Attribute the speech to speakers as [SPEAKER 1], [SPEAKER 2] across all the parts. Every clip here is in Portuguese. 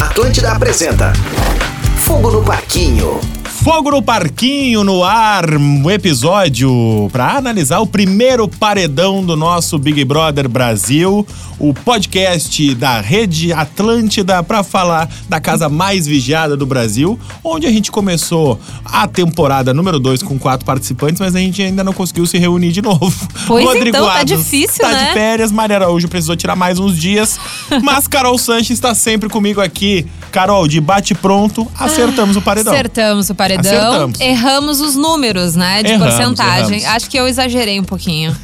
[SPEAKER 1] Atlântida apresenta Fogo no Parquinho.
[SPEAKER 2] Fogo no Parquinho no ar, um episódio para analisar o primeiro paredão do nosso Big Brother Brasil, o podcast da Rede Atlântida para falar da casa mais vigiada do Brasil, onde a gente começou a temporada número 2 com quatro participantes, mas a gente ainda não conseguiu se reunir de novo.
[SPEAKER 3] Pois então, tá difícil,
[SPEAKER 2] tá de
[SPEAKER 3] né?
[SPEAKER 2] férias, Maria Araújo precisou tirar mais uns dias, mas Carol Sanches está sempre comigo aqui. Carol, de bate pronto, acertamos o paredão.
[SPEAKER 3] Acertamos o paredão.
[SPEAKER 2] Acertamos.
[SPEAKER 3] Erramos os números, né? De
[SPEAKER 2] Erramos,
[SPEAKER 3] porcentagem.
[SPEAKER 2] erramos.
[SPEAKER 3] Acho que eu exagerei um pouquinho.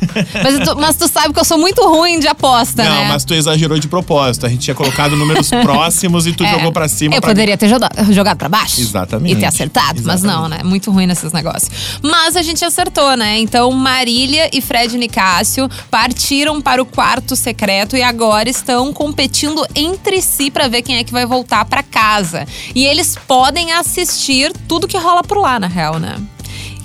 [SPEAKER 3] mas, tu, mas tu sabe que eu sou muito ruim de aposta,
[SPEAKER 2] Não,
[SPEAKER 3] né?
[SPEAKER 2] mas tu exagerou de propósito. A gente tinha colocado números próximos e tu
[SPEAKER 3] É.
[SPEAKER 2] jogou pra cima.
[SPEAKER 3] Eu
[SPEAKER 2] pra-
[SPEAKER 3] poderia ter joga- jogado pra baixo.
[SPEAKER 2] Exatamente.
[SPEAKER 3] E ter acertado, mas não, né? Muito ruim nesses negócios. Mas a gente acertou, né? Então, Marília e Fred Nicásio partiram para o quarto secreto e agora estão competindo entre si pra ver quem é que vai voltar pra casa. E eles podem assistir tudo que rola por lá, na real, né?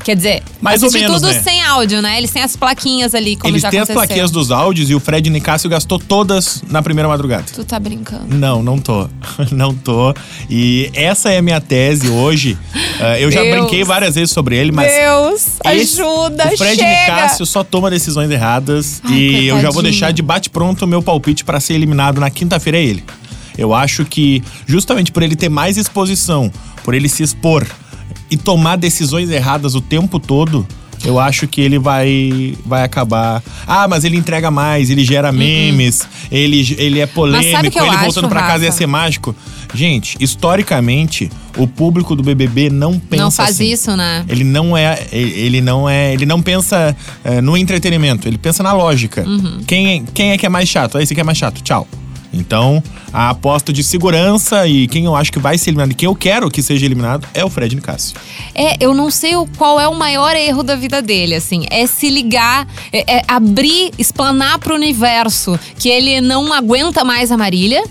[SPEAKER 3] Quer dizer,
[SPEAKER 2] Mais ou
[SPEAKER 3] assistir
[SPEAKER 2] menos,
[SPEAKER 3] tudo
[SPEAKER 2] né?
[SPEAKER 3] sem áudio, né? Eles têm as plaquinhas ali, como
[SPEAKER 2] Eles
[SPEAKER 3] já
[SPEAKER 2] têm as
[SPEAKER 3] aconteceu.
[SPEAKER 2] plaquinhas dos áudios e o Fred Nicásio gastou todas na primeira madrugada.
[SPEAKER 3] Tu tá brincando.
[SPEAKER 2] Não, não tô. Não tô. E essa é a minha tese hoje. Ah, eu já
[SPEAKER 3] Deus.
[SPEAKER 2] brinquei várias vezes sobre ele, mas.
[SPEAKER 3] Deus,
[SPEAKER 2] esse-
[SPEAKER 3] ajuda,
[SPEAKER 2] o Fred
[SPEAKER 3] chega!
[SPEAKER 2] Nicásio só toma decisões erradas
[SPEAKER 3] Ai,
[SPEAKER 2] e eu já vou
[SPEAKER 3] coitadinho.
[SPEAKER 2] deixar de bate pronto o meu palpite pra ser eliminado na quinta-feira é ele. Eu acho que justamente por ele ter mais exposição, por ele se expor e tomar decisões erradas o tempo todo, eu acho que ele vai vai acabar. Ah, mas ele entrega mais, ele gera memes, ele ele é polêmico,
[SPEAKER 3] Uhum. sabe o que eu
[SPEAKER 2] ele
[SPEAKER 3] acho,
[SPEAKER 2] voltando pra casa ia
[SPEAKER 3] Rafa?
[SPEAKER 2] ser mágico. Gente, historicamente, o público do BBB não pensa
[SPEAKER 3] Não faz
[SPEAKER 2] assim.
[SPEAKER 3] isso, né?
[SPEAKER 2] Ele não é. Ele não é. Ele não pensa é, no entretenimento, ele pensa na lógica.
[SPEAKER 3] Uhum.
[SPEAKER 2] Quem, é- quem é que é mais chato? Ah, esse aqui é mais chato. Tchau. Então, a aposta de segurança e quem eu acho que vai ser eliminado e quem eu quero que seja eliminado é o Fred Nicásio.
[SPEAKER 3] É, eu não sei o- qual é o maior erro da vida dele, assim. É se ligar, é, é abrir, explanar pro universo que ele não aguenta mais a Marília.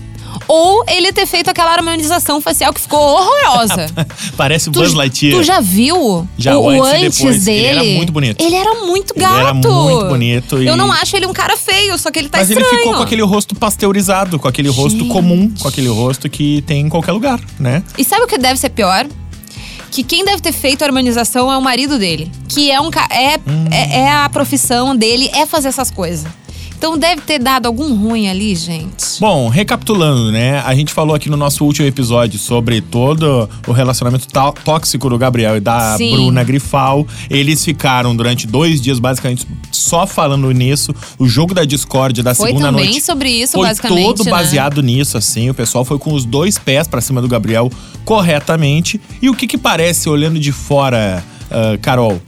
[SPEAKER 3] Ou ele ter feito aquela harmonização facial que ficou horrorosa.
[SPEAKER 2] Parece o
[SPEAKER 3] Tu,
[SPEAKER 2] Buzz Lightyear.
[SPEAKER 3] tu já viu
[SPEAKER 2] Já,
[SPEAKER 3] o,
[SPEAKER 2] o
[SPEAKER 3] o
[SPEAKER 2] antes e
[SPEAKER 3] antes
[SPEAKER 2] depois. Ele
[SPEAKER 3] dele?
[SPEAKER 2] era muito bonito.
[SPEAKER 3] Ele era muito
[SPEAKER 2] Ele
[SPEAKER 3] gato.
[SPEAKER 2] era muito bonito e-
[SPEAKER 3] Eu não acho ele um cara feio, só que ele tá
[SPEAKER 2] Mas
[SPEAKER 3] estranho.
[SPEAKER 2] ele ficou com aquele rosto pasteurizado, com aquele rosto
[SPEAKER 3] Gente.
[SPEAKER 2] comum, com aquele rosto que tem em qualquer lugar, né?
[SPEAKER 3] E sabe o que deve ser pior? Que quem deve ter feito a harmonização é o marido dele. Que é um ca- é,
[SPEAKER 2] Hum.
[SPEAKER 3] é, é a profissão dele, é fazer essas coisas. Então deve ter dado algum ruim ali, gente.
[SPEAKER 2] Bom, recapitulando, né? A gente falou aqui no nosso último episódio sobre todo o relacionamento tó- tóxico do Gabriel e da
[SPEAKER 3] Sim.
[SPEAKER 2] Bruna Grifal. Eles ficaram durante dois dias, basicamente, só falando nisso. O jogo da Discord da
[SPEAKER 3] Foi
[SPEAKER 2] segunda
[SPEAKER 3] também
[SPEAKER 2] noite.
[SPEAKER 3] sobre isso,
[SPEAKER 2] foi
[SPEAKER 3] basicamente.
[SPEAKER 2] todo
[SPEAKER 3] né?
[SPEAKER 2] baseado nisso, assim. O pessoal foi com os dois pés pra cima do Gabriel corretamente. E o que que parece, olhando de fora, ah, Carol?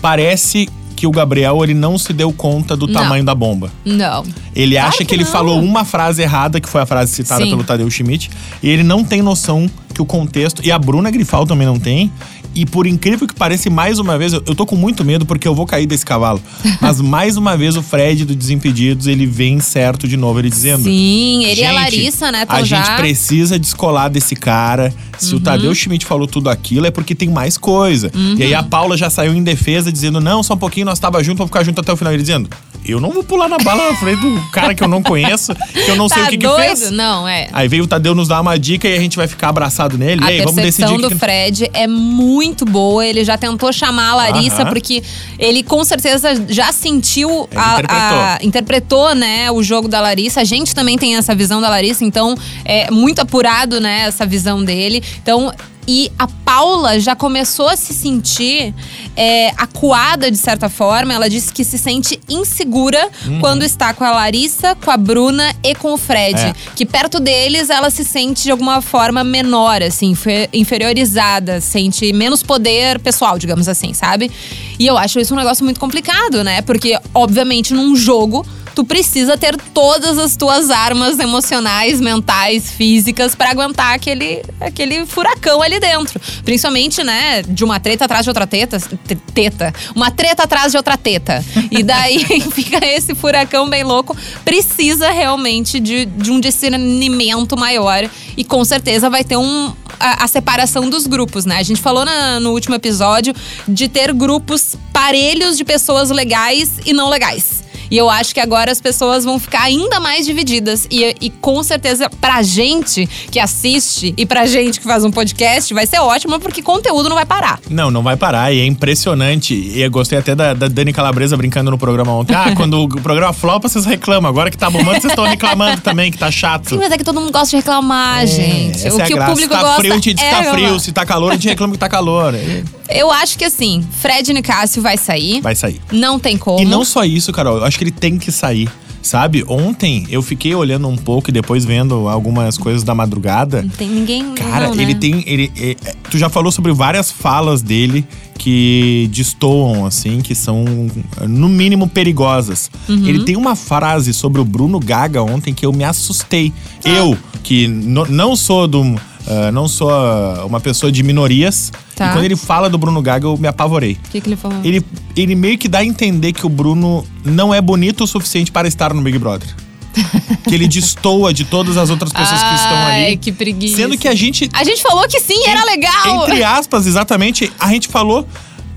[SPEAKER 2] Parece que o Gabriel ele não se deu conta do
[SPEAKER 3] Não.
[SPEAKER 2] tamanho da bomba.
[SPEAKER 3] Não.
[SPEAKER 2] Ele acha que,
[SPEAKER 3] que
[SPEAKER 2] ele
[SPEAKER 3] não.
[SPEAKER 2] falou uma frase errada, que foi a frase citada
[SPEAKER 3] Sim.
[SPEAKER 2] pelo Tadeu Schmidt, e ele não tem noção que o contexto. E a Bruna Grifal também não tem. E por incrível que pareça, mais uma vez, eu, eu tô com muito medo porque eu vou cair desse cavalo. Mas mais uma vez, o Fred do Desimpedidos, ele vem certo de novo, ele dizendo.
[SPEAKER 3] Sim, ele e a
[SPEAKER 2] "Gente,
[SPEAKER 3] Larissa, né?
[SPEAKER 2] A
[SPEAKER 3] Tão já. Uhum.
[SPEAKER 2] gente precisa descolar desse cara. Se o Tadeu Schmidt falou tudo aquilo, é porque tem mais coisa. E aí a
[SPEAKER 3] Uhum.
[SPEAKER 2] Paula já saiu em defesa, dizendo: não, só um pouquinho, nós tava junto, vamos ficar junto até o final. Ele dizendo: eu não vou pular na bala na frente do cara que eu não conheço, que eu não
[SPEAKER 3] tá
[SPEAKER 2] sei o que
[SPEAKER 3] doido?
[SPEAKER 2] que fez.
[SPEAKER 3] Não, é.
[SPEAKER 2] Aí veio o Tadeu nos dar uma dica e a gente vai ficar abraçado nele.
[SPEAKER 3] A
[SPEAKER 2] Ei, vamos decidir.
[SPEAKER 3] percepção
[SPEAKER 2] o
[SPEAKER 3] do
[SPEAKER 2] que que-
[SPEAKER 3] Fred é muito boa. Ele já tentou chamar a Larissa,
[SPEAKER 2] Aham.
[SPEAKER 3] porque ele com certeza já sentiu
[SPEAKER 2] Ele
[SPEAKER 3] a, a- interpretou, né, o jogo da Larissa. A gente também tem essa visão da Larissa, então é muito apurado, né, essa visão dele. Então. E a Paula já começou a se sentir é, acuada, de certa forma. Ela disse que se sente insegura
[SPEAKER 2] Uhum.
[SPEAKER 3] quando está com a Larissa, com a Bruna e com o Fred.
[SPEAKER 2] É.
[SPEAKER 3] Que perto deles ela se sente de alguma forma menor, assim, infe- inferiorizada, sente menos poder pessoal, digamos assim, sabe? E eu acho isso um negócio muito complicado, né? Porque, obviamente, num jogo, tu precisa ter todas as tuas armas emocionais, mentais, físicas, pra aguentar aquele, aquele furacão ali dentro. Principalmente, né, de uma treta atrás de outra teta. te- Teta. Uma treta atrás de outra teta. E daí fica esse furacão bem louco. Precisa realmente de, de um discernimento maior. E com certeza vai ter um. A, a separação dos grupos, né? A gente falou na- no último episódio de ter grupos parelhos de pessoas legais e não legais. E eu acho que agora as pessoas vão ficar ainda mais divididas. E, e com certeza, pra gente que assiste e pra gente que faz um podcast, vai ser ótimo, porque conteúdo não vai parar.
[SPEAKER 2] Não, não vai parar. E é impressionante. E eu gostei até da, da Dani Calabresa brincando no programa ontem. Ah, quando o programa flopa, vocês reclamam. Agora que tá bombando, vocês estão reclamando também, que tá chato.
[SPEAKER 3] Sim, mas é que todo mundo gosta de reclamar, gente.
[SPEAKER 2] Essa
[SPEAKER 3] o
[SPEAKER 2] é a
[SPEAKER 3] que
[SPEAKER 2] graça.
[SPEAKER 3] o público
[SPEAKER 2] se tá
[SPEAKER 3] gosta
[SPEAKER 2] frio, a gente diz
[SPEAKER 3] é
[SPEAKER 2] que tá frio.
[SPEAKER 3] reclamar.
[SPEAKER 2] Se tá calor, a gente reclama que tá calor. É,
[SPEAKER 3] Eu acho que assim, Fred Nicásio vai sair.
[SPEAKER 2] Vai sair.
[SPEAKER 3] Não tem como.
[SPEAKER 2] E não só isso, Carol. Eu acho que ele tem que sair. Sabe? Ontem eu fiquei olhando um pouco e depois vendo algumas coisas da madrugada.
[SPEAKER 3] Não tem ninguém.
[SPEAKER 2] Cara,
[SPEAKER 3] não, né?
[SPEAKER 2] ele tem. Ele, é, é, tu já falou sobre várias falas dele que destoam, assim, que são, no mínimo, perigosas.
[SPEAKER 3] Uhum.
[SPEAKER 2] Ele tem uma frase sobre o Bruno Gaga ontem que eu me assustei.
[SPEAKER 3] Ah.
[SPEAKER 2] Eu, que no- não sou do. ah, não sou ah, uma pessoa de minorias.
[SPEAKER 3] Tá.
[SPEAKER 2] E quando ele fala do Bruno Gaga, eu me apavorei.
[SPEAKER 3] O que, que ele falou?
[SPEAKER 2] Ele, ele meio que dá a entender que o Bruno não é bonito o suficiente para estar no Big Brother. que ele destoa de todas as outras pessoas que estão ali.
[SPEAKER 3] Ai, que preguiça.
[SPEAKER 2] Sendo que a gente
[SPEAKER 3] A gente falou que sim, era legal.
[SPEAKER 2] entre aspas, exatamente, a gente falou.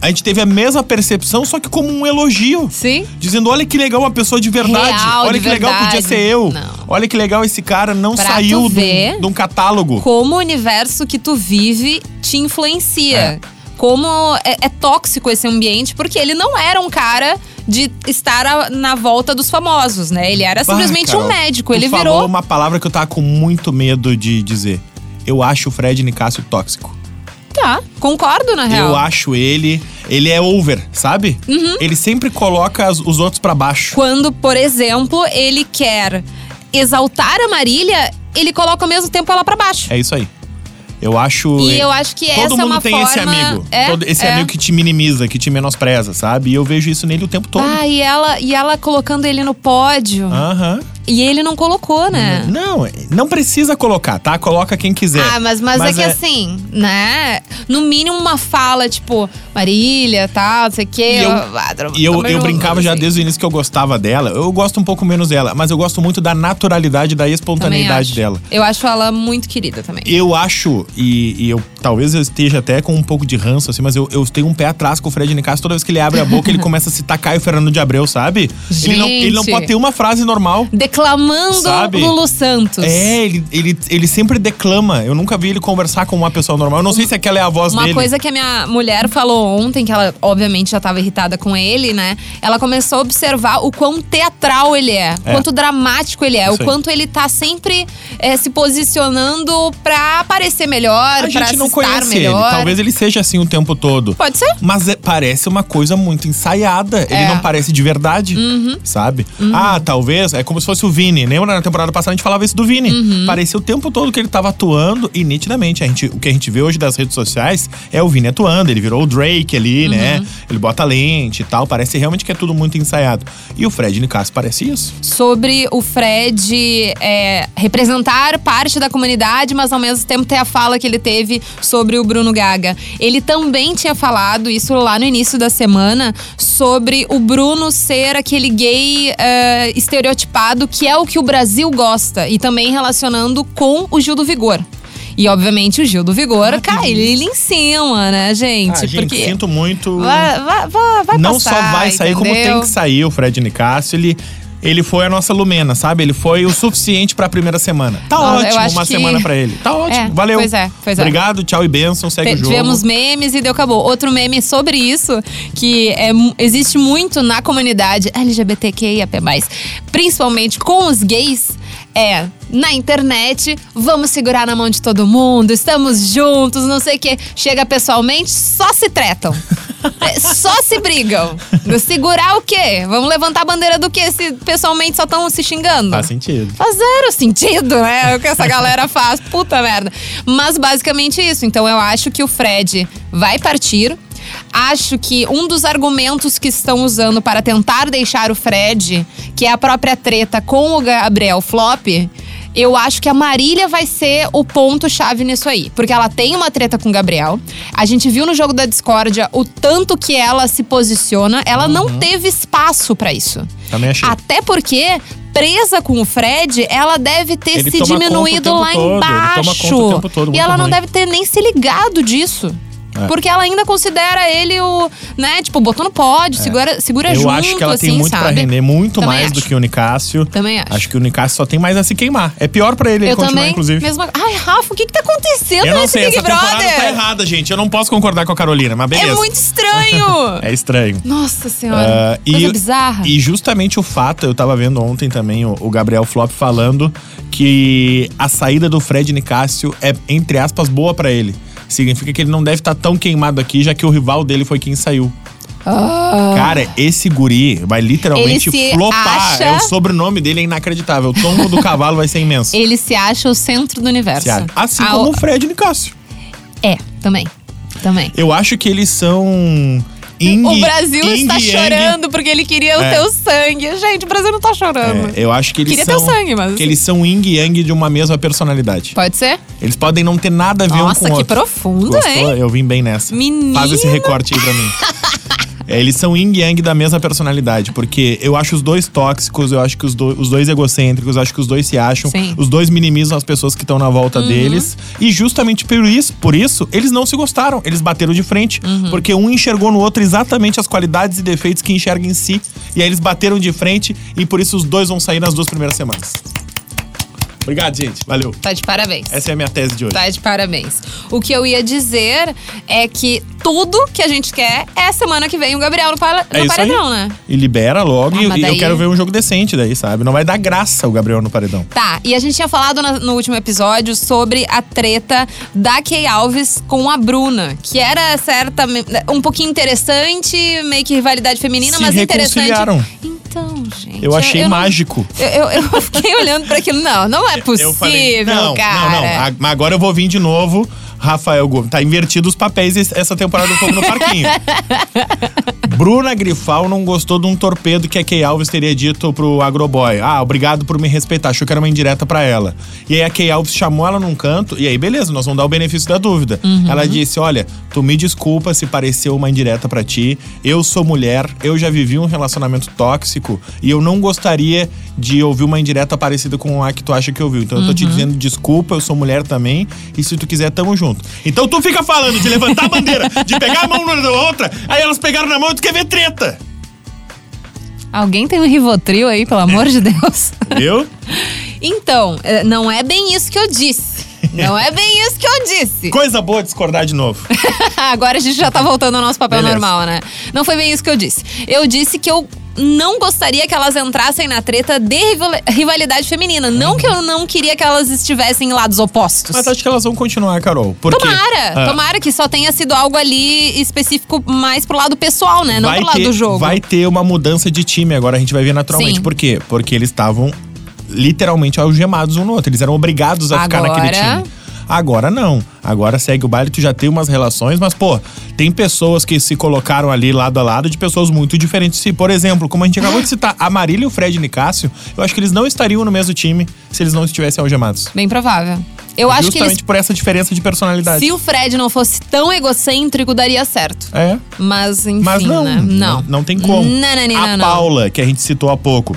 [SPEAKER 2] A gente teve a mesma percepção, só que como um elogio.
[SPEAKER 3] Sim.
[SPEAKER 2] Dizendo, olha que legal uma pessoa de verdade.
[SPEAKER 3] Real,
[SPEAKER 2] olha
[SPEAKER 3] de
[SPEAKER 2] que legal podia
[SPEAKER 3] verdade."
[SPEAKER 2] ser eu.
[SPEAKER 3] Não.
[SPEAKER 2] Olha que legal esse cara não
[SPEAKER 3] Pra
[SPEAKER 2] saiu
[SPEAKER 3] tu
[SPEAKER 2] de
[SPEAKER 3] ver.
[SPEAKER 2] um, de um catálogo.
[SPEAKER 3] Como o universo que tu vive te influencia.
[SPEAKER 2] É.
[SPEAKER 3] Como é, é tóxico esse ambiente, porque ele não era um cara de estar a- na volta dos famosos, né? Ele era
[SPEAKER 2] Bah,
[SPEAKER 3] simplesmente um
[SPEAKER 2] Carol,
[SPEAKER 3] médico.
[SPEAKER 2] tu
[SPEAKER 3] Ele
[SPEAKER 2] falou
[SPEAKER 3] virou.
[SPEAKER 2] uma palavra que eu tava com muito medo de dizer. Eu acho o Fred Nicásio tóxico.
[SPEAKER 3] Tá, concordo, na real. Uhum.
[SPEAKER 2] Eu acho ele. Ele é over, sabe? Ele sempre coloca as- os outros pra baixo.
[SPEAKER 3] Quando, por exemplo, ele quer exaltar a Marília, ele coloca ao mesmo tempo ela pra baixo.
[SPEAKER 2] É isso aí. Eu acho.
[SPEAKER 3] E eu acho que essa
[SPEAKER 2] Todo
[SPEAKER 3] é
[SPEAKER 2] mundo
[SPEAKER 3] uma
[SPEAKER 2] tem
[SPEAKER 3] forma...
[SPEAKER 2] esse amigo.
[SPEAKER 3] É,
[SPEAKER 2] Todo- esse
[SPEAKER 3] é.
[SPEAKER 2] amigo que te minimiza, que te menospreza, sabe? E eu vejo isso nele o tempo todo.
[SPEAKER 3] Ah, e ela, e ela colocando ele no pódio.
[SPEAKER 2] Aham.
[SPEAKER 3] E ele não colocou, né?
[SPEAKER 2] Não, é. não precisa colocar, tá? Coloca quem quiser.
[SPEAKER 3] Ah, mas, mas, é que assim, né? No mínimo uma fala, tipo, Marília, tal, não sei o quê.
[SPEAKER 2] E eu-
[SPEAKER 3] ah, droga,
[SPEAKER 2] E eu,
[SPEAKER 3] também
[SPEAKER 2] eu
[SPEAKER 3] não-
[SPEAKER 2] brincava já
[SPEAKER 3] assim.
[SPEAKER 2] desde o início que eu gostava dela. Eu gosto um pouco menos dela, mas eu gosto muito da naturalidade, da
[SPEAKER 3] Também
[SPEAKER 2] espontaneidade
[SPEAKER 3] acho.
[SPEAKER 2] dela.
[SPEAKER 3] Eu acho ela muito querida também.
[SPEAKER 2] Eu acho, e, e eu talvez eu esteja até com um pouco de ranço, assim, mas eu, eu tenho um pé atrás com o Fred Nicasso. Toda vez que ele abre a boca, ele começa a citar Caio Fernando de Abreu, sabe? Ele, não, ele não
[SPEAKER 3] Gente.
[SPEAKER 2] pode ter uma frase normal.
[SPEAKER 3] Declamando
[SPEAKER 2] Sabe?
[SPEAKER 3] Lulu Santos.
[SPEAKER 2] É, ele, ele, ele sempre declama. Eu nunca vi ele conversar com uma pessoa normal. Eu não sei se aquela é a voz
[SPEAKER 3] Uma
[SPEAKER 2] dele.
[SPEAKER 3] coisa que a minha mulher falou ontem, que ela obviamente já tava irritada com ele, né? Ela começou a observar o quão teatral ele é, o
[SPEAKER 2] É.
[SPEAKER 3] quanto dramático ele é,
[SPEAKER 2] Isso
[SPEAKER 3] o
[SPEAKER 2] aí.
[SPEAKER 3] quanto ele tá sempre eh, se posicionando pra parecer melhor,
[SPEAKER 2] a
[SPEAKER 3] pra
[SPEAKER 2] gente
[SPEAKER 3] se
[SPEAKER 2] não
[SPEAKER 3] estar
[SPEAKER 2] conhece
[SPEAKER 3] melhor.
[SPEAKER 2] ele. Talvez ele seja assim o tempo todo.
[SPEAKER 3] Pode ser?
[SPEAKER 2] Mas é- parece uma coisa muito ensaiada. Ele
[SPEAKER 3] É. Uhum.
[SPEAKER 2] não parece de verdade, sabe? Ah, talvez. É como se fosse o Vini. Lembra na temporada passada a gente falava isso do Vini?
[SPEAKER 3] Uhum.
[SPEAKER 2] Parecia o tempo todo que ele tava atuando e nitidamente. A gente, o que a gente vê hoje das redes sociais é o Vini atuando. Ele virou o Drake ali,
[SPEAKER 3] Uhum.
[SPEAKER 2] né? Ele bota lente e tal. Parece realmente que é tudo muito ensaiado. E o Fred Nicasso parece isso.
[SPEAKER 3] Sobre o Fred é, representar parte da comunidade, mas ao mesmo tempo ter a fala que ele teve sobre o Bruno Gaga. Ele também tinha falado isso lá no início da semana sobre o Bruno ser aquele gay é, estereotipado que é o que o Brasil gosta e também relacionando com o Gil do Vigor. E obviamente o Gil do Vigor cai ele em cima, né, gente?
[SPEAKER 2] ah, gente,
[SPEAKER 3] Porque
[SPEAKER 2] sinto muito.
[SPEAKER 3] vai, vai, vai, vai
[SPEAKER 2] não
[SPEAKER 3] passar,
[SPEAKER 2] só vai sair como
[SPEAKER 3] entendeu?
[SPEAKER 2] tem que sair o Fred Nicásio, ele ele foi a nossa Lumena, sabe? Ele foi o suficiente pra primeira semana. Tá
[SPEAKER 3] Nossa, eu
[SPEAKER 2] ótimo
[SPEAKER 3] acho
[SPEAKER 2] uma
[SPEAKER 3] que-
[SPEAKER 2] semana pra ele. Tá ótimo.
[SPEAKER 3] É,
[SPEAKER 2] Valeu.
[SPEAKER 3] pois é, pois é.
[SPEAKER 2] Obrigado, tchau e benção, segue
[SPEAKER 3] Te-
[SPEAKER 2] o jogo.
[SPEAKER 3] Tivemos memes e deu acabou. Outro meme sobre isso, que é mu- existe muito na comunidade LGBTQIAP+, principalmente com os gays, é na internet, vamos segurar na mão de todo mundo, estamos juntos, não sei o quê. Chega pessoalmente, só se tretam. É, só se brigam. Segurar o quê? Vamos levantar a bandeira do quê se pessoalmente só estão se xingando?
[SPEAKER 2] Faz sentido.
[SPEAKER 3] Faz zero sentido, né? O que essa galera faz. Puta merda. Mas basicamente isso. Então eu acho que o Fred vai partir. Acho que um dos argumentos que estão usando para tentar deixar o Fred, que é a própria treta com o Gabriel Flop, eu acho que a Marília vai ser o ponto-chave nisso aí. Porque ela tem uma treta com o Gabriel. A gente viu no jogo da discórdia o tanto que ela se posiciona. Ela não teve espaço pra isso.
[SPEAKER 2] Também achei.
[SPEAKER 3] Até porque, presa com o Fred, ela deve ter
[SPEAKER 2] Ele
[SPEAKER 3] se
[SPEAKER 2] toma conta o
[SPEAKER 3] diminuído
[SPEAKER 2] tempo
[SPEAKER 3] lá
[SPEAKER 2] todo, ele toma
[SPEAKER 3] embaixo.
[SPEAKER 2] conta o tempo todo,
[SPEAKER 3] e
[SPEAKER 2] muito
[SPEAKER 3] ela não
[SPEAKER 2] ruim.
[SPEAKER 3] deve ter nem se ligado disso.
[SPEAKER 2] É.
[SPEAKER 3] Porque ela ainda considera ele o, né, tipo, botou no pódio, segura, segura
[SPEAKER 2] É. Eu
[SPEAKER 3] junto,
[SPEAKER 2] acho que ela
[SPEAKER 3] assim,
[SPEAKER 2] tem muito
[SPEAKER 3] sabe?
[SPEAKER 2] pra render, muito
[SPEAKER 3] Também
[SPEAKER 2] mais do
[SPEAKER 3] acho.
[SPEAKER 2] que o Nicásio.
[SPEAKER 3] Também acho.
[SPEAKER 2] Acho que o Nicásio só tem mais a se queimar. É pior pra ele, ele
[SPEAKER 3] Eu
[SPEAKER 2] continuar,
[SPEAKER 3] também,
[SPEAKER 2] inclusive.
[SPEAKER 3] mesma Ai, Rafa, o que que tá acontecendo
[SPEAKER 2] Eu não
[SPEAKER 3] nesse
[SPEAKER 2] sei,
[SPEAKER 3] Big
[SPEAKER 2] essa temporada
[SPEAKER 3] Brother?
[SPEAKER 2] tá errada, gente. Eu não posso concordar com a Carolina, mas beleza.
[SPEAKER 3] é muito estranho.
[SPEAKER 2] É estranho.
[SPEAKER 3] Nossa senhora,
[SPEAKER 2] Ah,
[SPEAKER 3] coisa bizarra.
[SPEAKER 2] e justamente o fato, eu tava vendo ontem também o, o Gabriel Flop falando que a saída do Fred Nicásio é, entre aspas, boa pra ele. Significa que ele não deve estar tão queimado aqui, já que o rival dele foi quem saiu.
[SPEAKER 3] Ah.
[SPEAKER 2] Cara, esse guri vai literalmente
[SPEAKER 3] Ele se
[SPEAKER 2] flopar.
[SPEAKER 3] acha-
[SPEAKER 2] É, o sobrenome dele é inacreditável. O tombo do cavalo vai ser imenso.
[SPEAKER 3] Ele se acha o centro do universo.
[SPEAKER 2] Thiago. Assim
[SPEAKER 3] Ah,
[SPEAKER 2] como
[SPEAKER 3] o-
[SPEAKER 2] o Fred Nicásio.
[SPEAKER 3] É, também. Também.
[SPEAKER 2] Eu acho que eles são. Ing,
[SPEAKER 3] o Brasil
[SPEAKER 2] yin
[SPEAKER 3] está
[SPEAKER 2] e yang.
[SPEAKER 3] chorando porque ele queria o
[SPEAKER 2] É.
[SPEAKER 3] teu sangue. Gente, o Brasil não tá chorando.
[SPEAKER 2] É, eu acho que eles
[SPEAKER 3] Queria
[SPEAKER 2] são.
[SPEAKER 3] teu sangue, mas assim.
[SPEAKER 2] Que eles são yin e yang de uma mesma personalidade.
[SPEAKER 3] Pode ser?
[SPEAKER 2] Eles podem não ter nada a ver
[SPEAKER 3] Nossa,
[SPEAKER 2] um
[SPEAKER 3] que
[SPEAKER 2] com o outro.
[SPEAKER 3] profundo, hein?
[SPEAKER 2] Eu vim bem nessa.
[SPEAKER 3] Menino!
[SPEAKER 2] Faz esse recorte aí pra mim. É, Eles são yin e yang da mesma personalidade, porque eu acho os dois tóxicos, eu acho que os, do- os dois egocêntricos, eu acho que os dois se acham,
[SPEAKER 3] Sim. Uhum.
[SPEAKER 2] os dois minimizam as pessoas que estão na volta deles. E justamente por isso, por isso, eles não se gostaram, eles bateram de frente,
[SPEAKER 3] Uhum.
[SPEAKER 2] porque um enxergou no outro exatamente as qualidades e defeitos que enxerga em si. E aí eles bateram de frente e por isso os dois vão sair nas duas primeiras semanas. Obrigado, gente. Valeu.
[SPEAKER 3] Tá de parabéns.
[SPEAKER 2] Essa é a minha tese de hoje.
[SPEAKER 3] Tá de parabéns. O que eu ia dizer é que tudo que a gente quer é semana que vem o Gabriel no, pala- no paredão,
[SPEAKER 2] É aí.
[SPEAKER 3] né?
[SPEAKER 2] E libera logo.
[SPEAKER 3] Ah,
[SPEAKER 2] e
[SPEAKER 3] mas
[SPEAKER 2] e eu
[SPEAKER 3] daí-
[SPEAKER 2] quero ver um jogo decente daí, sabe? Não vai dar graça o Gabriel no paredão.
[SPEAKER 3] Tá, e a gente tinha falado na- no último episódio sobre a treta da Kay Alves com a Bruna, que era certa, um pouquinho interessante, meio que rivalidade feminina,
[SPEAKER 2] Se
[SPEAKER 3] mas interessante.
[SPEAKER 2] reconciliaram.
[SPEAKER 3] Então, gente.
[SPEAKER 2] Eu achei
[SPEAKER 3] não-
[SPEAKER 2] mágico.
[SPEAKER 3] eu, eu- eu fiquei olhando pra aquilo. Não, não é possível,
[SPEAKER 2] eu falei, não,
[SPEAKER 3] cara.
[SPEAKER 2] não, não. A- Mas agora eu vou vir de novo. Rafael Gomes. Tá invertido os papéis es- essa temporada do Fogo no Parquinho. Bruna Grifal não gostou de um torpedo que a Key Alves teria dito pro Agroboy. Ah, obrigado por me respeitar. Achou que era uma indireta pra ela. E aí a Key Alves chamou ela num canto. E aí, beleza, nós vamos dar o benefício da dúvida. Ela disse: Olha, tu me desculpa se pareceu uma indireta pra ti. Eu sou mulher, eu já vivi um relacionamento tóxico e eu não gostaria de ouvir uma indireta parecida com a que tu acha que ouviu. Então eu tô te dizendo desculpa, eu sou mulher também. E se tu quiser, tamo junto. Então tu fica falando de levantar a bandeira, de pegar a mão na outra, aí elas pegaram na mão e tu quer ver treta.
[SPEAKER 3] Alguém tem um Rivotril aí, pelo amor
[SPEAKER 2] É.
[SPEAKER 3] de Deus.
[SPEAKER 2] Viu?
[SPEAKER 3] Então, eh, não é bem isso que eu disse. Não é bem isso que eu disse.
[SPEAKER 2] Coisa boa discordar de novo.
[SPEAKER 3] Agora a gente já tá voltando ao nosso papel
[SPEAKER 2] Beleza.
[SPEAKER 3] normal, né? Não foi bem isso que eu disse. Eu disse que eu não gostaria que elas entrassem na treta de rival- rivalidade feminina. Não que eu não queria que elas estivessem em lados opostos.
[SPEAKER 2] Uhum. Mas acho que elas vão continuar, Carol. Porque,
[SPEAKER 3] Tomara,
[SPEAKER 2] ah,
[SPEAKER 3] tomara que só tenha sido algo ali específico mais pro lado pessoal, né? Não
[SPEAKER 2] vai
[SPEAKER 3] pro lado
[SPEAKER 2] ter,
[SPEAKER 3] do jogo.
[SPEAKER 2] Vai ter uma mudança de time agora, a gente vai ver naturalmente.
[SPEAKER 3] Sim.
[SPEAKER 2] Por quê? Porque eles estavam literalmente algemados um no outro. Eles eram obrigados a ficar
[SPEAKER 3] Agora-
[SPEAKER 2] naquele time. Agora não. Agora segue o baile, tu já tem umas relações, mas, pô, tem pessoas que se colocaram ali lado a lado de pessoas muito diferentes. Se, por exemplo, como a gente acabou de citar, a Marília e o Fred Nicásio, eu acho que eles não estariam no mesmo time se eles não estivessem algemados.
[SPEAKER 3] Bem provável. Eu acho que
[SPEAKER 2] Justamente
[SPEAKER 3] eles,
[SPEAKER 2] por essa diferença de personalidade.
[SPEAKER 3] se o Fred não fosse tão egocêntrico, daria certo.
[SPEAKER 2] É.
[SPEAKER 3] Mas, enfim,
[SPEAKER 2] Mas não,
[SPEAKER 3] né?
[SPEAKER 2] não. Não tem como.
[SPEAKER 3] Não, não, não,
[SPEAKER 2] a
[SPEAKER 3] não, não.
[SPEAKER 2] Paula, que a gente citou há pouco,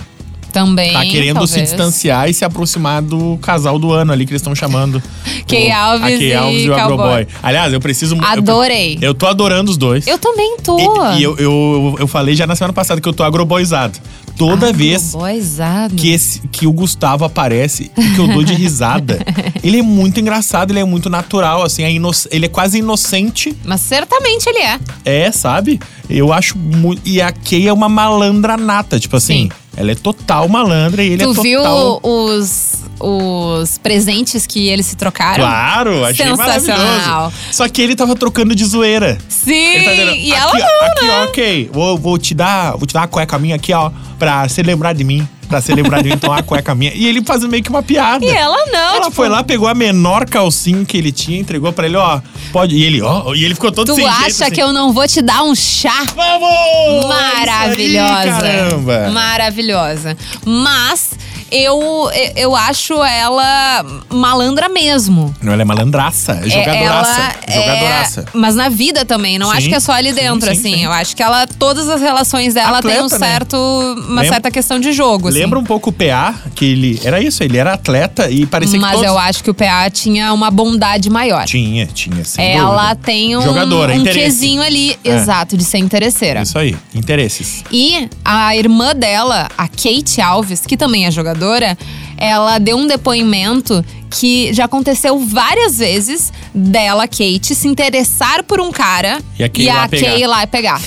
[SPEAKER 3] Também,
[SPEAKER 2] tá querendo se
[SPEAKER 3] talvez.
[SPEAKER 2] distanciar e se aproximar do casal do ano ali que eles estão chamando.
[SPEAKER 3] Key
[SPEAKER 2] O-
[SPEAKER 3] Alves
[SPEAKER 2] a Key
[SPEAKER 3] e
[SPEAKER 2] Alves e o
[SPEAKER 3] Cowboy.
[SPEAKER 2] Agroboy. Aliás, eu preciso. eu-
[SPEAKER 3] Adorei.
[SPEAKER 2] Eu, tô adorando os dois.
[SPEAKER 3] Eu também tô.
[SPEAKER 2] E, e eu, eu, eu falei já na semana passada que eu tô agroboizado. Toda
[SPEAKER 3] Ah,
[SPEAKER 2] vez
[SPEAKER 3] Boizado.
[SPEAKER 2] que, esse, que o Gustavo aparece e que eu dou de risada, ele é muito engraçado, ele é muito natural, assim, é ino- ele é quase inocente.
[SPEAKER 3] Mas certamente ele é.
[SPEAKER 2] É, sabe? Eu acho muito. E a Kay é uma malandra nata, tipo assim.
[SPEAKER 3] Sim.
[SPEAKER 2] Ela é total malandra e ele
[SPEAKER 3] tu
[SPEAKER 2] é
[SPEAKER 3] viu
[SPEAKER 2] total.
[SPEAKER 3] os, os presentes que eles se trocaram?
[SPEAKER 2] Claro, achei
[SPEAKER 3] Sensacional.
[SPEAKER 2] maravilhoso. Só que ele tava trocando de zoeira.
[SPEAKER 3] Sim,
[SPEAKER 2] Ele tá dizendo,
[SPEAKER 3] e ela
[SPEAKER 2] aqui,
[SPEAKER 3] não. né?
[SPEAKER 2] ó, aqui, ó, ok. Vou, vou te dar, vou te dar uma cueca minha aqui, ó, pra se lembrar de mim. Pra se lembrar de mim, tomar uma cueca minha. E ele fazendo meio que uma piada.
[SPEAKER 3] E ela não.
[SPEAKER 2] Ela
[SPEAKER 3] tipo,
[SPEAKER 2] foi lá, pegou a menor calcinha que ele tinha, entregou pra ele, ó, pode. E ele, ó, e ele ficou todo
[SPEAKER 3] Tu
[SPEAKER 2] sem
[SPEAKER 3] acha
[SPEAKER 2] jeito, assim.
[SPEAKER 3] que eu não vou te dar um chá?
[SPEAKER 2] Vamos! Isso aí,
[SPEAKER 3] Maravilhosa.
[SPEAKER 2] caramba!
[SPEAKER 3] Maravilhosa. Mas eu, eu acho ela malandra mesmo.
[SPEAKER 2] Não, ela é malandraça, é jogadoraça.
[SPEAKER 3] Ela é-
[SPEAKER 2] jogadoraça.
[SPEAKER 3] mas na vida também, não
[SPEAKER 2] Sim,
[SPEAKER 3] acho que é só ali
[SPEAKER 2] sim,
[SPEAKER 3] dentro,
[SPEAKER 2] sim,
[SPEAKER 3] assim.
[SPEAKER 2] sim.
[SPEAKER 3] Eu acho que ela, todas as relações dela têm um
[SPEAKER 2] Atleta, né?
[SPEAKER 3] certo, uma
[SPEAKER 2] Lembra-
[SPEAKER 3] certa questão de jogo, assim.
[SPEAKER 2] Lembra um pouco o PA, que ele era isso, ele era atleta e parecia
[SPEAKER 3] mas é
[SPEAKER 2] que todos...
[SPEAKER 3] eu acho que o PA tinha uma bondade maior.
[SPEAKER 2] Tinha, tinha, sem
[SPEAKER 3] Ela
[SPEAKER 2] dúvida.
[SPEAKER 3] tem um,
[SPEAKER 2] Jogadora,
[SPEAKER 3] um
[SPEAKER 2] interesse.
[SPEAKER 3] quezinho ali,
[SPEAKER 2] É.
[SPEAKER 3] exato, de ser interesseira.
[SPEAKER 2] Isso aí, interesses.
[SPEAKER 3] E a irmã dela, a Kate Alves, que também é jogadora, ela deu um depoimento que já aconteceu várias vezes dela, Kate, se interessar por um cara
[SPEAKER 2] E a Kay lá pegar.
[SPEAKER 3] Kay lá pegar.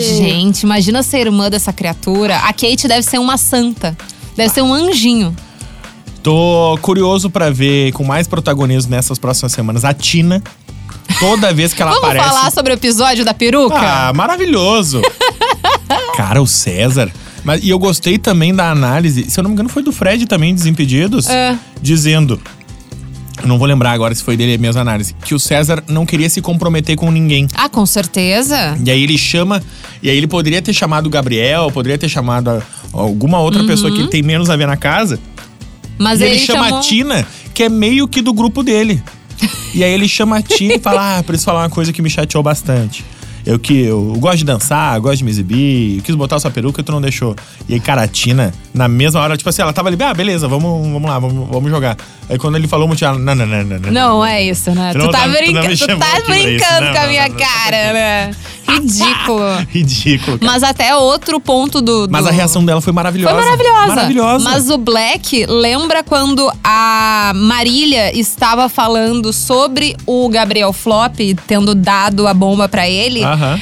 [SPEAKER 3] Gente, imagina ser irmã dessa criatura. A Kate deve ser uma santa. Deve ser um anjinho.
[SPEAKER 2] Tô curioso pra ver com mais protagonismo nessas próximas semanas a Tina. Toda vez que ela
[SPEAKER 3] Vamos
[SPEAKER 2] aparece.
[SPEAKER 3] falar sobre o episódio da peruca?
[SPEAKER 2] Ah, maravilhoso! Cara, o César. Mas, e eu gostei também da análise, se eu não me engano, foi do Fred também, Desimpedidos,
[SPEAKER 3] É.
[SPEAKER 2] dizendo. eu Não vou lembrar agora se foi dele mesmo a análise. Que o César não queria se comprometer com ninguém.
[SPEAKER 3] Ah, com certeza.
[SPEAKER 2] E aí ele chama. E aí ele poderia ter chamado o Gabriel, poderia ter chamado a- alguma outra pessoa que ele tem menos a ver na casa.
[SPEAKER 3] Uhum. Mas
[SPEAKER 2] E
[SPEAKER 3] ele,
[SPEAKER 2] ele, chama
[SPEAKER 3] chamou...
[SPEAKER 2] a Tina, que é meio que do grupo dele. E aí ele chama a Tina e fala: Ah, preciso falar uma coisa que me chateou bastante. Eu que eu gosto de dançar, gosto de me exibir, eu quis botar sua peruca e tu não deixou. E aí, cara, a Tina, na mesma hora, tipo assim, ela tava ali, ah, beleza, vamos, vamos lá, vamos, vamos jogar. Aí quando ele falou muito, ela, não, não, não, não, não.
[SPEAKER 3] Não é isso, né?
[SPEAKER 2] Tu
[SPEAKER 3] Tu,
[SPEAKER 2] não
[SPEAKER 3] tá,
[SPEAKER 2] tá- tu não me
[SPEAKER 3] brinca- tu
[SPEAKER 2] chamou
[SPEAKER 3] tá
[SPEAKER 2] aqui pra isso.
[SPEAKER 3] brincando
[SPEAKER 2] Não,
[SPEAKER 3] com a
[SPEAKER 2] não,
[SPEAKER 3] minha
[SPEAKER 2] não, não.
[SPEAKER 3] cara, né? Ridículo.
[SPEAKER 2] Ridículo. Cara.
[SPEAKER 3] Mas até outro ponto do. do-
[SPEAKER 2] Mas a reação dela foi maravilhosa.
[SPEAKER 3] Foi maravilhosa.
[SPEAKER 2] Maravilhosa.
[SPEAKER 3] Mas o Black lembra quando a Marília estava falando sobre o Gabriel Flop tendo dado a bomba pra ele.
[SPEAKER 2] Aham.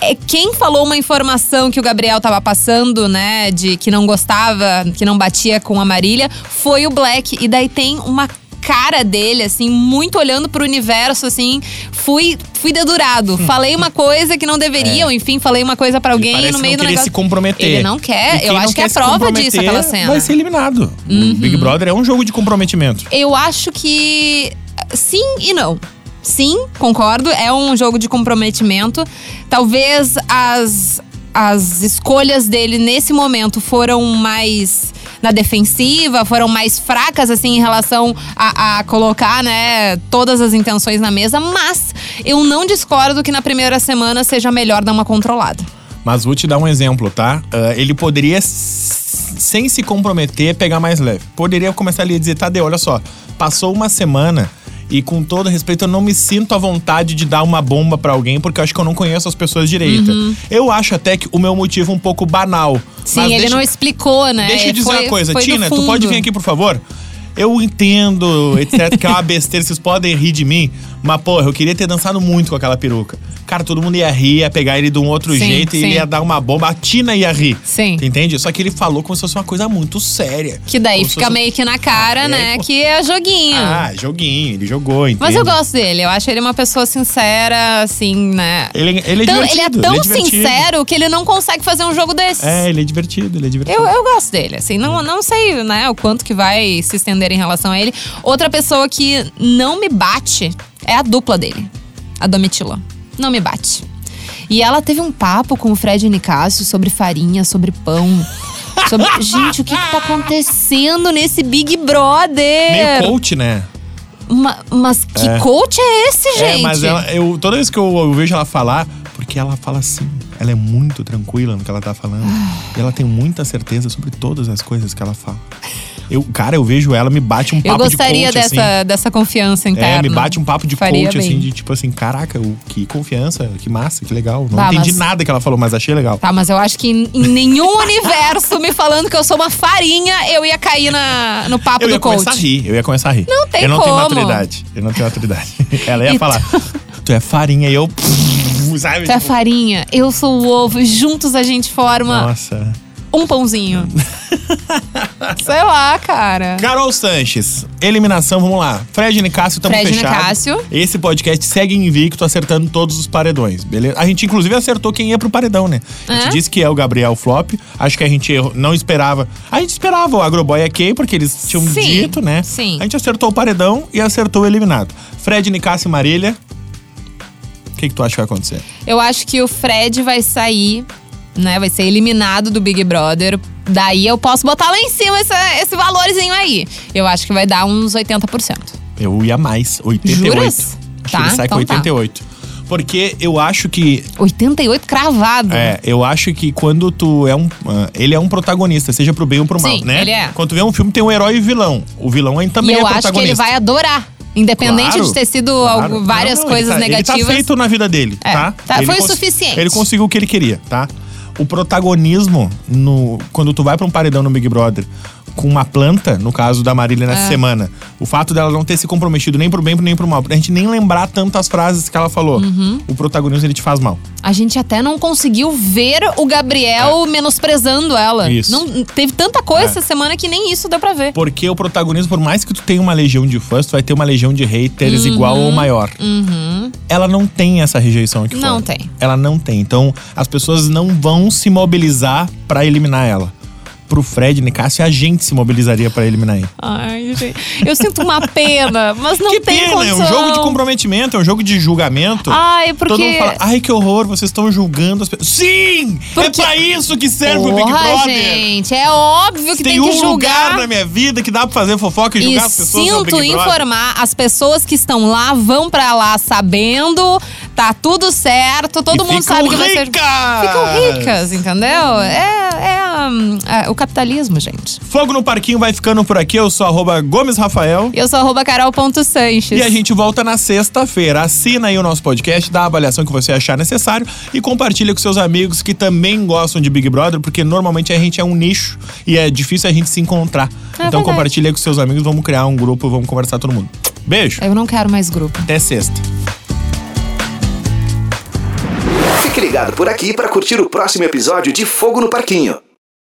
[SPEAKER 3] É quem falou uma informação que o Gabriel tava passando, né, de que não gostava, que não batia com a Marília, foi o Black. E daí tem uma cara dele, assim, muito olhando pro universo, assim, fui fui dedurado. Falei uma coisa que não deveria, ou enfim, falei uma coisa pra
[SPEAKER 2] Hum. É. Ele
[SPEAKER 3] alguém
[SPEAKER 2] parece
[SPEAKER 3] no
[SPEAKER 2] não
[SPEAKER 3] meio do
[SPEAKER 2] querer
[SPEAKER 3] negócio.
[SPEAKER 2] se comprometer.
[SPEAKER 3] Ele não quer.
[SPEAKER 2] E quem
[SPEAKER 3] Eu
[SPEAKER 2] não
[SPEAKER 3] acho que é
[SPEAKER 2] quer se
[SPEAKER 3] prova disso Uhum.
[SPEAKER 2] comprometer
[SPEAKER 3] aquela cena.
[SPEAKER 2] Vai ser eliminado. O Big Brother é um jogo de comprometimento.
[SPEAKER 3] Eu acho que sim e não. Sim, concordo, é um jogo de comprometimento. Talvez as, as escolhas dele nesse momento foram mais na defensiva, foram mais fracas, assim, em relação a, a colocar, né, todas as intenções na mesa, mas eu não discordo que na primeira semana seja melhor dar uma controlada.
[SPEAKER 2] Mas vou te dar um exemplo, tá? Ah, ele poderia, s- sem se comprometer, pegar mais leve. Poderia começar ali a dizer, Tadeu, olha só, passou uma semana e com todo respeito, eu não me sinto à vontade de dar uma bomba pra alguém, porque eu acho que eu não conheço as pessoas direito. Eu acho até que o meu motivo é um pouco banal.
[SPEAKER 3] Uhum. Sim,
[SPEAKER 2] mas
[SPEAKER 3] ele
[SPEAKER 2] deixa-
[SPEAKER 3] não explicou, né?
[SPEAKER 2] Deixa eu dizer
[SPEAKER 3] Foi-
[SPEAKER 2] uma coisa,
[SPEAKER 3] foi do
[SPEAKER 2] Tina, tu
[SPEAKER 3] fundo.
[SPEAKER 2] pode vir aqui, por favor? Eu entendo, etc, que é uma besteira, vocês podem rir de mim, mas porra, eu queria ter dançado muito com aquela peruca. Cara, todo mundo ia rir, ia pegar ele de um outro
[SPEAKER 3] Sim,
[SPEAKER 2] jeito e
[SPEAKER 3] sim.
[SPEAKER 2] ele ia dar uma bomba, a Tina ia rir.
[SPEAKER 3] Sim.
[SPEAKER 2] Tu Entende? Só que ele falou como se fosse uma coisa muito séria.
[SPEAKER 3] Que daí
[SPEAKER 2] Como se
[SPEAKER 3] fica
[SPEAKER 2] fosse-
[SPEAKER 3] meio que na cara,
[SPEAKER 2] Ah, e
[SPEAKER 3] né?
[SPEAKER 2] aí, pô.
[SPEAKER 3] que é joguinho.
[SPEAKER 2] Ah, joguinho, ele jogou, entende?
[SPEAKER 3] Mas eu gosto dele, eu acho ele uma pessoa sincera, assim, né?
[SPEAKER 2] Ele, ele é
[SPEAKER 3] Então, ele é
[SPEAKER 2] divertido.
[SPEAKER 3] tão
[SPEAKER 2] divertido.
[SPEAKER 3] sincero que ele não consegue fazer um jogo desses.
[SPEAKER 2] É, Hum. ele é divertido, ele é divertido.
[SPEAKER 3] Eu, eu gosto dele, assim, não, não sei né, o quanto que vai se estender em relação a ele. Outra pessoa que não me bate é a dupla dele, a Domitila. Não me bate. E ela teve um papo com o Fred Nicásio sobre farinha, sobre pão. Sobre... Gente, o que, que tá acontecendo nesse Big Brother?
[SPEAKER 2] Meio coach, né?
[SPEAKER 3] Ma- mas que
[SPEAKER 2] É.
[SPEAKER 3] coach é esse, gente?
[SPEAKER 2] É, mas ela, eu, toda vez que eu, eu vejo ela falar, porque ela fala assim, ela é muito tranquila no que ela tá falando. e ela tem muita certeza sobre todas as coisas que ela fala. Eu, cara, eu vejo ela, me bate um papo
[SPEAKER 3] Eu gostaria
[SPEAKER 2] de coach,
[SPEAKER 3] dessa,
[SPEAKER 2] assim.
[SPEAKER 3] dessa confiança interna.
[SPEAKER 2] É, me bate um papo de
[SPEAKER 3] Faria
[SPEAKER 2] coach,
[SPEAKER 3] bem.
[SPEAKER 2] assim, de tipo assim, caraca, o- que confiança, que massa, que legal. Não
[SPEAKER 3] Tá,
[SPEAKER 2] entendi
[SPEAKER 3] mas-
[SPEAKER 2] nada que ela falou, mas achei legal.
[SPEAKER 3] Tá, mas eu acho que em em nenhum universo me falando que eu sou uma farinha, eu ia cair na, no papo
[SPEAKER 2] Eu ia
[SPEAKER 3] do
[SPEAKER 2] começar a
[SPEAKER 3] coach.
[SPEAKER 2] rir, eu ia começar a rir.
[SPEAKER 3] Não tem
[SPEAKER 2] Eu não tenho
[SPEAKER 3] como.
[SPEAKER 2] maturidade, eu não tenho maturidade. Ela ia
[SPEAKER 3] E tu-
[SPEAKER 2] falar, tu é farinha, e eu... Sabe? tipo,
[SPEAKER 3] Tu é farinha, eu sou o ovo, juntos a gente forma
[SPEAKER 2] Nossa...
[SPEAKER 3] um pãozinho. Sei lá, cara.
[SPEAKER 2] Carol Sanches, eliminação, vamos lá. Fred e Nicásio, tamo
[SPEAKER 3] Fred e
[SPEAKER 2] fechado.
[SPEAKER 3] Nicásio.
[SPEAKER 2] Esse podcast segue invicto, acertando todos os paredões, beleza? A gente, inclusive, acertou quem ia pro paredão, né? A gente
[SPEAKER 3] É?
[SPEAKER 2] disse que é o Gabriel Flop. Acho que a gente errou- não esperava. A gente esperava o Agroboy e a Kay, porque eles tinham
[SPEAKER 3] Sim,
[SPEAKER 2] dito, né?
[SPEAKER 3] sim.
[SPEAKER 2] A gente acertou o paredão e acertou o eliminado. Fred, Nicásio e Marília. O que, que tu acha que vai acontecer?
[SPEAKER 3] Eu acho que o Fred vai sair, né? Vai ser eliminado do Big Brother Daí eu posso botar lá em cima esse, esse valorzinho aí. Eu acho que vai dar uns 80%.
[SPEAKER 2] Eu ia mais, 88.
[SPEAKER 3] Juras?
[SPEAKER 2] Acho
[SPEAKER 3] Tá,
[SPEAKER 2] que ele sai com
[SPEAKER 3] então tá.
[SPEAKER 2] 88. Porque eu acho que
[SPEAKER 3] 88 cravado.
[SPEAKER 2] É, eu acho que quando tu é um. ah, Ele é um protagonista, seja pro bem ou pro mal,
[SPEAKER 3] Sim,
[SPEAKER 2] né?
[SPEAKER 3] ele é.
[SPEAKER 2] Quando tu vê um filme, tem um herói e vilão. O vilão ainda
[SPEAKER 3] e
[SPEAKER 2] também é
[SPEAKER 3] eu acho
[SPEAKER 2] protagonista.
[SPEAKER 3] que ele vai adorar. Independente
[SPEAKER 2] Claro,
[SPEAKER 3] de ter sido
[SPEAKER 2] Claro.
[SPEAKER 3] algo-
[SPEAKER 2] Não,
[SPEAKER 3] várias
[SPEAKER 2] não, ele
[SPEAKER 3] coisas
[SPEAKER 2] tá,
[SPEAKER 3] negativas.
[SPEAKER 2] Ele tá feito na vida dele,
[SPEAKER 3] É,
[SPEAKER 2] tá?
[SPEAKER 3] tá,
[SPEAKER 2] Ele
[SPEAKER 3] foi o suficiente.
[SPEAKER 2] Ele conseguiu o que ele queria, tá? O protagonismo, no, quando tu vai pra um paredão no Big Brother com uma planta, no caso da Marília
[SPEAKER 3] Ah.
[SPEAKER 2] nessa semana, o fato dela não ter se comprometido nem pro bem nem pro mal, pra gente nem lembrar tantas frases que ela falou.
[SPEAKER 3] Uhum.
[SPEAKER 2] O protagonismo, ele te faz mal.
[SPEAKER 3] A gente até não conseguiu ver o Gabriel menosprezando ela.
[SPEAKER 2] É. Isso. É.
[SPEAKER 3] Não, teve tanta coisa essa semana que nem isso deu pra ver.
[SPEAKER 2] Porque o protagonismo, por mais que tu tenha uma legião de fãs, tu vai ter uma legião de haters
[SPEAKER 3] Uhum.
[SPEAKER 2] igual ou maior. Ela não tem essa rejeição aqui fora.
[SPEAKER 3] Não tem.
[SPEAKER 2] Ela não tem. Então, as pessoas não vão se mobilizar pra eliminar ela. Pro Fred Nicásio, a gente se mobilizaria pra eliminar ele.
[SPEAKER 3] Ai, gente. Eu sinto uma pena, mas não
[SPEAKER 2] que
[SPEAKER 3] tem
[SPEAKER 2] pena, é
[SPEAKER 3] condição.
[SPEAKER 2] um jogo de comprometimento, é um jogo de julgamento.
[SPEAKER 3] Ai,
[SPEAKER 2] Todo
[SPEAKER 3] porque...
[SPEAKER 2] mundo fala, "Ah, ai que horror, vocês estão julgando as pessoas. Sim! É
[SPEAKER 3] Porque-
[SPEAKER 2] pra isso que serve o é, Big
[SPEAKER 3] Porra,
[SPEAKER 2] Brother!
[SPEAKER 3] gente, é óbvio que tem,
[SPEAKER 2] Tem um
[SPEAKER 3] que julgar.
[SPEAKER 2] lugar na minha vida que dá pra fazer fofoca e
[SPEAKER 3] E
[SPEAKER 2] julgar as pessoas. no
[SPEAKER 3] sinto
[SPEAKER 2] Big Brother.
[SPEAKER 3] informar, as pessoas que estão lá vão pra lá sabendo, tá tudo certo, todo
[SPEAKER 2] E
[SPEAKER 3] mundo
[SPEAKER 2] ficam
[SPEAKER 3] sabe que vai ser.
[SPEAKER 2] ricas!
[SPEAKER 3] Ficam ricas, entendeu? É, é, hum, é o capitalismo, gente.
[SPEAKER 2] Fogo no Parquinho vai ficando por aqui. Eu sou arroba Gomes Rafael.
[SPEAKER 3] Eu sou arroba carol.sanches.
[SPEAKER 2] E a gente volta na sexta-feira. Assina aí o nosso podcast, dá a avaliação que você achar necessário e compartilha com seus amigos que também gostam de Big Brother, porque normalmente a gente é um nicho e é difícil a gente se encontrar. então
[SPEAKER 3] É verdade.
[SPEAKER 2] compartilha com seus amigos, vamos criar um grupo, vamos conversar todo mundo. Beijo,
[SPEAKER 3] Eu não quero mais grupo.
[SPEAKER 2] até sexta.
[SPEAKER 1] Fique ligado por aqui para curtir o próximo episódio de Fogo no Parquinho.